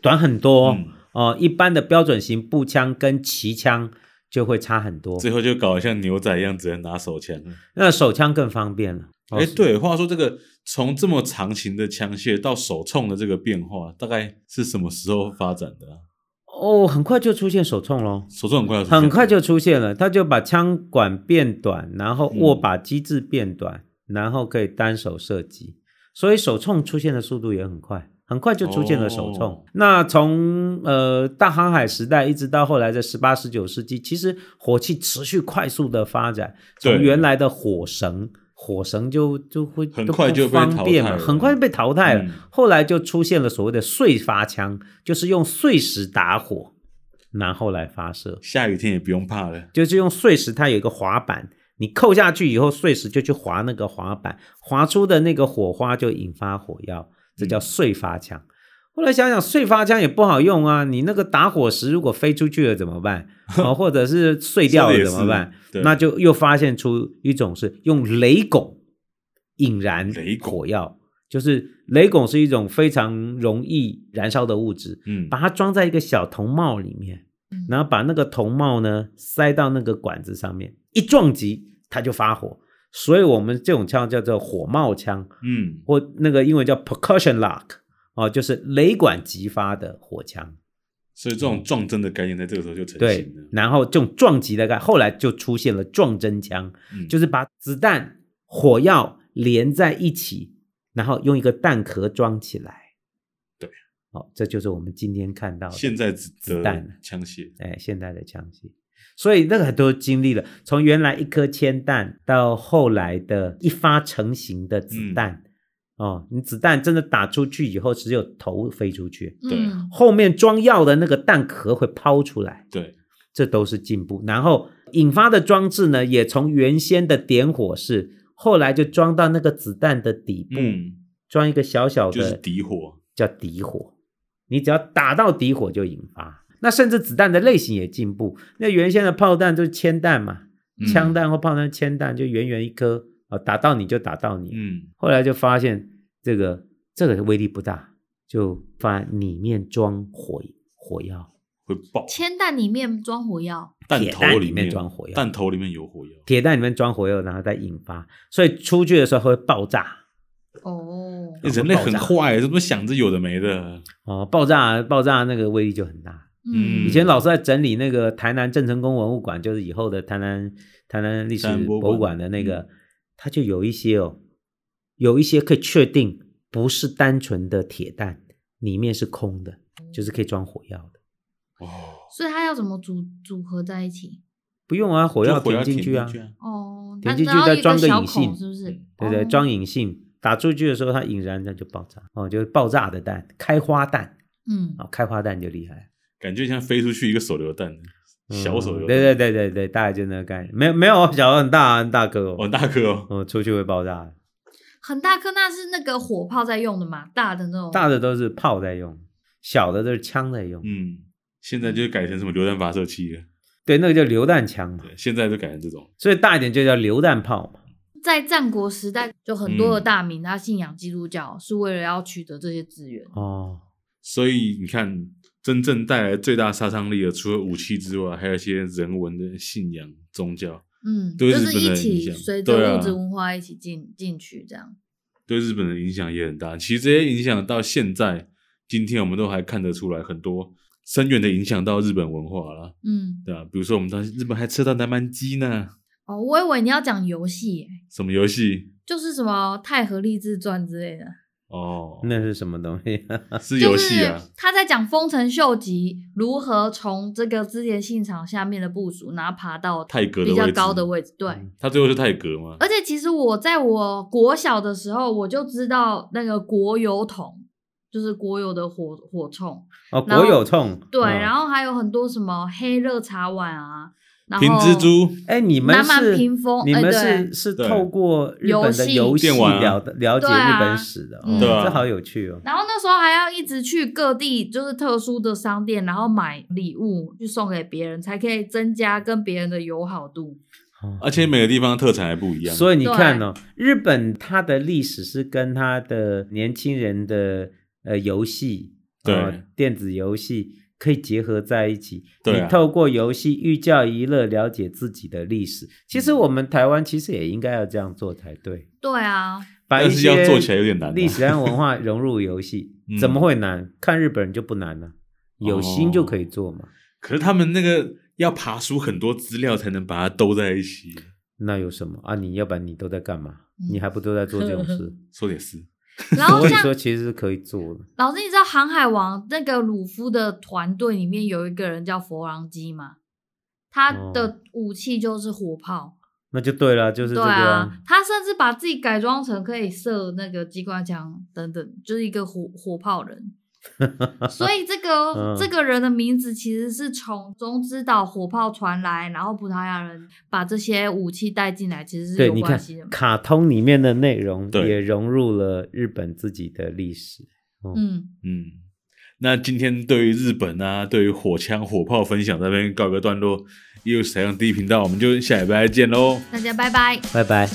[SPEAKER 3] 短很多哦、
[SPEAKER 1] 嗯
[SPEAKER 3] 哦。一般的标准型步枪跟骑枪就会差很多，
[SPEAKER 1] 最后就搞得像牛仔一样，只能拿手枪了。
[SPEAKER 3] 那手枪更方便了。哦
[SPEAKER 1] 哎，，对，话说这个从这么长型的枪械到手冲的这个变化，大概是什么时候发展的啊？
[SPEAKER 3] 哦，很快就出现手冲咯，
[SPEAKER 1] 手冲很快要出现
[SPEAKER 3] 很快就出现了，他就把枪管变短，然后
[SPEAKER 1] 嗯
[SPEAKER 3] 握把机制变短，然后可以单手射击，所以手冲出现的速度也很快。很快就出现了手冲。
[SPEAKER 1] 哦
[SPEAKER 3] 那从呃大航海时代一直到后来的十八、十九世纪，其实火器持续快速的发展，从
[SPEAKER 1] 对
[SPEAKER 3] 原来的火绳，火绳就就会
[SPEAKER 1] 很
[SPEAKER 3] 都
[SPEAKER 1] 快
[SPEAKER 3] 不
[SPEAKER 1] 就被
[SPEAKER 3] 方
[SPEAKER 1] 淘
[SPEAKER 3] 便
[SPEAKER 1] 汰
[SPEAKER 3] 嘛
[SPEAKER 1] 了
[SPEAKER 3] 很快就被淘汰了。
[SPEAKER 1] 嗯
[SPEAKER 3] 后来就出现了所谓的碎发枪，就是用碎石打火，然后来发射，
[SPEAKER 1] 下雨天也不用怕了。
[SPEAKER 3] 就是用碎石，它有一个滑板。你扣下去以后，碎石就去划那个滑板，划出的那个火花就引发火药，这叫
[SPEAKER 1] 嗯
[SPEAKER 3] 碎发枪。后来想想，碎发枪也不好用啊，你那个打火石如果飞出去了怎
[SPEAKER 1] *laughs*
[SPEAKER 3] 么办？哦，或者是碎掉
[SPEAKER 1] 说
[SPEAKER 3] 了
[SPEAKER 1] 得也
[SPEAKER 3] 怎么
[SPEAKER 1] 是
[SPEAKER 3] 办？
[SPEAKER 1] 对
[SPEAKER 3] 那就又发现出一种是用雷汞引燃
[SPEAKER 1] 雷汞
[SPEAKER 3] 火药，就是雷汞是一种非常容易燃烧的物质，
[SPEAKER 1] 嗯，
[SPEAKER 3] 把它装在一个小铜帽里面，
[SPEAKER 2] 嗯
[SPEAKER 3] 然后把那个铜帽呢塞到那个管子上面，一撞击它就发火。所以我们这种枪叫做火帽枪，
[SPEAKER 1] 嗯，
[SPEAKER 3] 或那个英文叫 percussion lock，哦，就是雷管击发的火枪。
[SPEAKER 1] 所以这种撞针的概念在这个时候就成
[SPEAKER 3] 对
[SPEAKER 1] 型了，。
[SPEAKER 3] 然后这种撞击的概，后来就出现了撞针枪，
[SPEAKER 1] 嗯
[SPEAKER 3] 就是把子弹、火药连在一起，然后用一个弹壳装起来。
[SPEAKER 1] 对，
[SPEAKER 3] 好、这就是我们今天看到的
[SPEAKER 1] 现在子
[SPEAKER 3] 子弹
[SPEAKER 1] 弹枪械，
[SPEAKER 3] 哎现代的枪械。所以那个都经历了，
[SPEAKER 1] 嗯
[SPEAKER 3] 从原来一颗铅弹到后来的一发成型的子弹，哦，你子弹真的打出去以后，只有头飞出去，
[SPEAKER 1] 对
[SPEAKER 2] 嗯，
[SPEAKER 3] 后面装药的那个弹壳会抛出来，
[SPEAKER 1] 对，
[SPEAKER 3] 这都是进步。然后引发的装置呢，也从原先的点火式，后来就装到那个子弹的底部，
[SPEAKER 1] 嗯，
[SPEAKER 3] 装一个小小的，
[SPEAKER 1] 就是底火，
[SPEAKER 3] 叫底火。你只要打到底火就引发。那甚至子弹的类型也进步，那原先的炮弹就是铅弹嘛，
[SPEAKER 1] 嗯
[SPEAKER 3] 枪，弹或炮弹铅弹就圆圆一颗，啊，打到你就打到你。
[SPEAKER 1] 嗯
[SPEAKER 3] 后来就发现这个这个威力不大，就发里面装火火药，
[SPEAKER 1] 会爆，
[SPEAKER 2] 铅弹里面装火药，
[SPEAKER 1] 弹
[SPEAKER 3] 铁
[SPEAKER 1] 头
[SPEAKER 3] 弹
[SPEAKER 1] 里
[SPEAKER 3] 里
[SPEAKER 1] 面
[SPEAKER 3] 面装火药
[SPEAKER 1] 弹头里面有火药，
[SPEAKER 3] 铁弹里面装火药，然后再引发，所以出去的时候会爆炸。
[SPEAKER 2] 哦，
[SPEAKER 1] 欸人类很坏，怎么想着有的没的？
[SPEAKER 3] 哦，爆炸爆炸那个威力就很大。
[SPEAKER 1] 嗯
[SPEAKER 3] 以前老师在整理那个台南郑成功文物馆，就是以后的台南台南历史
[SPEAKER 1] 台南博物馆嗯
[SPEAKER 3] 博物馆的那个，它就有一些哦，有一些可以确定不是单纯的铁弹，里面是空的，
[SPEAKER 1] 嗯
[SPEAKER 3] 就是可以装火药的。
[SPEAKER 1] 哦，
[SPEAKER 2] 所以它要怎么组组合在一起？
[SPEAKER 3] 不用啊，火
[SPEAKER 1] 就
[SPEAKER 3] 药
[SPEAKER 1] 火
[SPEAKER 3] 填
[SPEAKER 1] 药
[SPEAKER 3] 进去啊，
[SPEAKER 2] 哦，
[SPEAKER 3] 填
[SPEAKER 2] 那
[SPEAKER 3] 进去
[SPEAKER 2] 然后
[SPEAKER 3] 再
[SPEAKER 2] 一
[SPEAKER 3] 装个
[SPEAKER 2] 小
[SPEAKER 3] 引信
[SPEAKER 2] 孔是不是？
[SPEAKER 3] 对不对？
[SPEAKER 2] 哦
[SPEAKER 3] 装引信打出去的时候，它引燃，那就爆炸哦，就是爆炸的弹，开花弹
[SPEAKER 2] 嗯
[SPEAKER 3] 哦，开花弹就厉害了。
[SPEAKER 1] 感觉像飞出去一个手榴弹，小手榴
[SPEAKER 3] 嗯
[SPEAKER 1] 弹，
[SPEAKER 3] 对对对对对，大概就那个概念，没有没有小时候很大很大颗
[SPEAKER 1] 哦，
[SPEAKER 3] 哦，
[SPEAKER 1] 大颗哦，
[SPEAKER 3] 哦，出去会爆炸的。
[SPEAKER 2] 很大颗，那是那个火炮在用的嘛，大的那种。
[SPEAKER 3] 大的都是炮在用，小的都是枪在用。
[SPEAKER 1] 嗯，现在就改成什么榴弹发射器了，
[SPEAKER 3] 对，那个叫榴弹枪嘛，
[SPEAKER 1] 对，现在就改成这种，
[SPEAKER 3] 所以大一点就叫榴弹炮嘛。
[SPEAKER 2] 在战国时代，就很多的
[SPEAKER 1] 嗯
[SPEAKER 2] 大名他信仰基督教，是为了要取得这些资源。
[SPEAKER 3] 哦，
[SPEAKER 1] 所以你看，真正带来最大杀伤力的，除了武器之外，还有一些人文的信仰、宗教，
[SPEAKER 2] 嗯，
[SPEAKER 1] 对
[SPEAKER 2] 就
[SPEAKER 1] 日
[SPEAKER 2] 是
[SPEAKER 1] 本
[SPEAKER 2] 一
[SPEAKER 1] 的
[SPEAKER 2] 起
[SPEAKER 1] 影响
[SPEAKER 2] 随
[SPEAKER 1] 对啊
[SPEAKER 2] 着物质文化一起进进去这样。
[SPEAKER 1] 对日本的影响也很大。其实这些影响到现在，今天我们都还看得出来很多深远的影响到日本文化了，
[SPEAKER 2] 嗯，
[SPEAKER 1] 对吧、啊比如说我们当时日本还吃到南蛮鸡呢，
[SPEAKER 2] 哦，我以为你要讲游戏耶，
[SPEAKER 1] 什么游戏？
[SPEAKER 2] 就是什么《太和励志传》之类的，
[SPEAKER 1] 哦，
[SPEAKER 3] 那是什么东西？
[SPEAKER 1] 是游
[SPEAKER 2] 就
[SPEAKER 1] 戏
[SPEAKER 2] 是
[SPEAKER 1] 啊，
[SPEAKER 2] 他在讲丰臣秀吉如何从这个织田信长下面的部署，然后爬到
[SPEAKER 1] 太阁的
[SPEAKER 2] 比较
[SPEAKER 1] 位置
[SPEAKER 2] 高的位置。对，
[SPEAKER 3] 嗯
[SPEAKER 1] 他最后是泰格嘛？
[SPEAKER 2] 而且其实我在我国小的时候，我就知道那个国油桶，就是国油的火火铳，
[SPEAKER 3] 哦，
[SPEAKER 2] 然后
[SPEAKER 3] 国有冲。
[SPEAKER 2] 对，
[SPEAKER 3] 嗯
[SPEAKER 2] 然后还有很多什么黑热茶碗啊，然后
[SPEAKER 1] 平蜘蛛，
[SPEAKER 3] 哎，你们
[SPEAKER 2] 南蛮
[SPEAKER 3] 是
[SPEAKER 2] 屏风
[SPEAKER 3] 你
[SPEAKER 2] 哎
[SPEAKER 3] 们
[SPEAKER 2] 对
[SPEAKER 3] 是是
[SPEAKER 1] 对
[SPEAKER 3] 透过日本的游
[SPEAKER 2] 游
[SPEAKER 3] 戏
[SPEAKER 1] 戏电玩啊
[SPEAKER 3] 了了解
[SPEAKER 2] 对啊
[SPEAKER 3] 日本史的，哦
[SPEAKER 2] 嗯
[SPEAKER 1] 对啊
[SPEAKER 3] 这好有趣哦。
[SPEAKER 2] 然后那时候还要一直去各地，就是特殊的商店，然后买礼物去送给别人，才可以增加跟别人的友好度。
[SPEAKER 3] 哦
[SPEAKER 1] 而且每个地方特产还不一样，
[SPEAKER 3] 所以你看哦，日本它的历史是跟它的年轻人的呃游戏，
[SPEAKER 1] 对
[SPEAKER 3] 呃电子游戏可以结合在一起。
[SPEAKER 1] 对啊
[SPEAKER 3] 你透过游戏寓教于乐，了解自己的历史。其实我们台湾其实也应该要这样做才对，
[SPEAKER 2] 对
[SPEAKER 3] *laughs*
[SPEAKER 2] 啊，
[SPEAKER 3] 把一
[SPEAKER 1] 但是
[SPEAKER 3] 些
[SPEAKER 1] 要做起来有点难啊
[SPEAKER 3] 历史和文化融入游戏
[SPEAKER 1] *laughs* 嗯，
[SPEAKER 3] 怎么会难？看日本人就不难了、有心就可以做
[SPEAKER 1] 哦
[SPEAKER 3] 嘛。
[SPEAKER 1] 可是他们那个要爬出很多资料才能把它兜在一起，
[SPEAKER 3] 那有什么啊？你要不然你都在干嘛？
[SPEAKER 2] 嗯
[SPEAKER 3] 你还不都在做这种事？
[SPEAKER 1] 说也是，
[SPEAKER 2] 然后
[SPEAKER 3] 所以
[SPEAKER 2] 哦像
[SPEAKER 3] 说其实是可以做的。
[SPEAKER 2] 老师，你知道《航海王》那个鲁夫的团队里面有一个人叫佛朗基吗？他
[SPEAKER 3] 哦
[SPEAKER 2] 的武器就是火炮，
[SPEAKER 3] 那就对了，就是这
[SPEAKER 2] 对
[SPEAKER 3] 个啊、
[SPEAKER 2] 啊，他甚至把自己改装成可以射那个机关枪等等，就是一个火火炮
[SPEAKER 3] *laughs*
[SPEAKER 2] 人。所以这个、
[SPEAKER 3] 嗯
[SPEAKER 2] 这个人的名字其实是从中之岛火炮传来，然后葡萄牙人把这些武器带进来，其实是
[SPEAKER 3] 对，
[SPEAKER 2] 有
[SPEAKER 3] 你
[SPEAKER 2] 关
[SPEAKER 3] 看
[SPEAKER 2] 系的嘛。
[SPEAKER 3] 卡通里面的内容
[SPEAKER 1] 对
[SPEAKER 3] 也融入了日本自己的历史。
[SPEAKER 2] 嗯，
[SPEAKER 1] 嗯。那今天对于日本啊，对于火枪、火炮分享这边告一个段落，又是采用第一频道，我们就下礼拜再见喽。
[SPEAKER 2] 大家拜拜。
[SPEAKER 3] 拜拜。